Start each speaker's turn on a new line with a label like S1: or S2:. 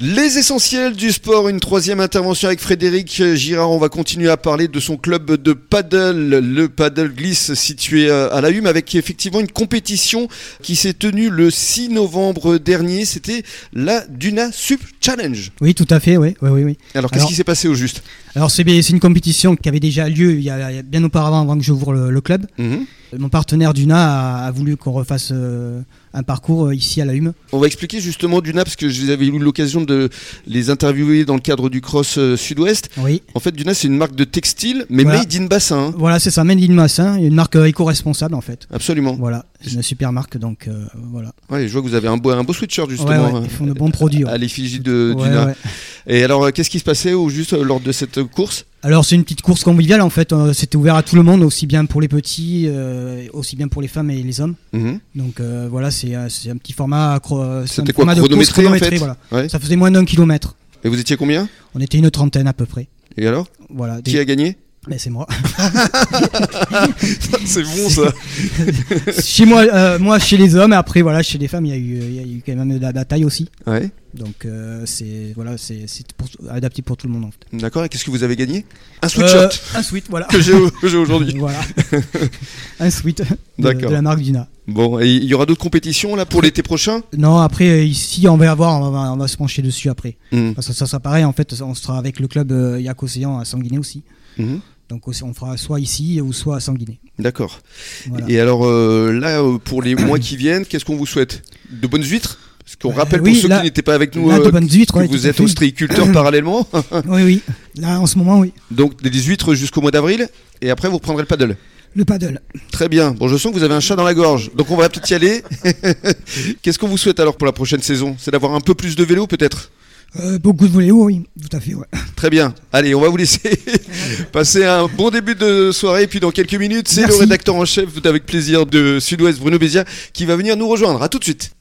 S1: Les essentiels du sport, une troisième intervention avec Frédéric Girard. On va continuer à parler de son club de paddle, le paddle glisse situé à la Hume, avec effectivement une compétition qui s'est tenue le 6 novembre dernier. C'était la Duna Sup Challenge.
S2: Oui, tout à fait, oui. oui, oui, oui.
S1: Alors, qu'est-ce qui s'est passé au juste
S2: Alors, c'est bien- c'est une compétition qui avait déjà lieu il y a, il y a bien auparavant, avant que j'ouvre le, le club.
S1: Mhm.
S2: Mon partenaire Duna a, a voulu qu'on refasse euh, un parcours euh, ici à la Hume.
S1: On va expliquer justement Duna, parce que j'avais eu l'occasion de les interviewer dans le cadre du Cross euh, Sud-Ouest.
S2: Oui.
S1: En fait, Duna, c'est une marque de textile, mais
S2: Voilà.
S1: made in bassin. hein.
S2: Voilà, c'est ça, Made in Massin, une marque euh, éco-responsable en fait.
S1: Absolument.
S2: Voilà, c'est une super marque, donc euh, voilà.
S1: Ouais, je vois que vous avez un beau, un beau sweatshirt
S2: Ouais,
S1: justement.
S2: ouais,
S1: hein,
S2: ils font de bons produits. ouais.
S1: À l'effigie de
S2: Ouais,
S1: Duna.
S2: ouais.
S1: Et alors, euh, qu'est-ce qui se passait au juste euh, lors de cette euh, course
S2: Alors c'est une petite course conviviale en fait, euh, c'était ouvert à tout le monde, aussi bien pour les petits, euh, aussi bien pour les femmes et les hommes.
S1: Mhm.
S2: Donc euh, voilà, c'est euh, c'est un petit format, accro- euh, c'est un
S1: C'était quoi
S2: format de course
S1: Chronométré en fait
S2: voilà.
S1: Ouais.
S2: Ça faisait moins d'un kilomètre.
S1: Et vous étiez combien
S2: On était une trentaine à peu près.
S1: Et alors
S2: Voilà.
S1: Qui a gagné
S2: Mais c'est moi.
S1: C'est bon ça
S2: chez moi, euh, moi chez les hommes et après voilà chez les femmes, il y a eu, il y a eu quand même de la bataille aussi.
S1: Ouais,
S2: Donc euh, c'est voilà, c'est c'est pour- adapté pour tout le monde. En fait.
S1: d'accord. Et qu'est-ce que vous avez gagné Un sweatshirt
S2: Euh, un sweat, voilà.
S1: que j'ai au- que j'ai aujourd'hui.
S2: voilà. un sweat de,
S1: D'accord.
S2: de la marque Dina.
S1: Bon, et il y aura d'autres compétitions là pour l'été prochain
S2: Non, après euh, ici, on va voir, on va, on va se pencher dessus après.
S1: Mhm.
S2: Parce que ça sera pareil, en fait, on sera avec le club euh, Yak Océan à Sanguiné aussi.
S1: Mhm.
S2: Donc aussi, on fera soit ici ou soit à Sanguiné.
S1: D'accord.
S2: Voilà.
S1: Et alors euh, là, euh, pour les mois qui viennent, qu'est-ce qu'on vous souhaite De bonnes huîtres Parce qu'on
S2: Euh,
S1: rappelle
S2: oui,
S1: pour ceux
S2: là-
S1: qui n'étaient pas avec nous
S2: Là, de
S1: euh,
S2: bonnes huîtres,
S1: que
S2: ouais, tout
S1: vous
S2: à
S1: êtes
S2: fait.
S1: ostréiculteur parallèlement.
S2: Oui, oui. Là, en ce moment, oui.
S1: Donc des huîtres jusqu'au mois d'avril. Et après, vous reprendrez le paddle.
S2: Le paddle.
S1: Très bien. Bon, je sens que vous avez un chat dans la gorge. Donc on va peut-être y aller. Qu'est-ce qu'on vous souhaite alors pour la prochaine saison C'est d'avoir un peu plus de vélo peut-être
S2: Euh, beaucoup de voléo, oui. Tout à fait, ouais.
S1: Très bien. Allez, on va vous laisser passer un bon début de soirée. Puis dans quelques minutes, c'est le
S2: Merci.
S1: rédacteur en chef, avec plaisir, de Sud-Ouest, Bruno Bézia, qui va venir nous rejoindre. À tout de suite.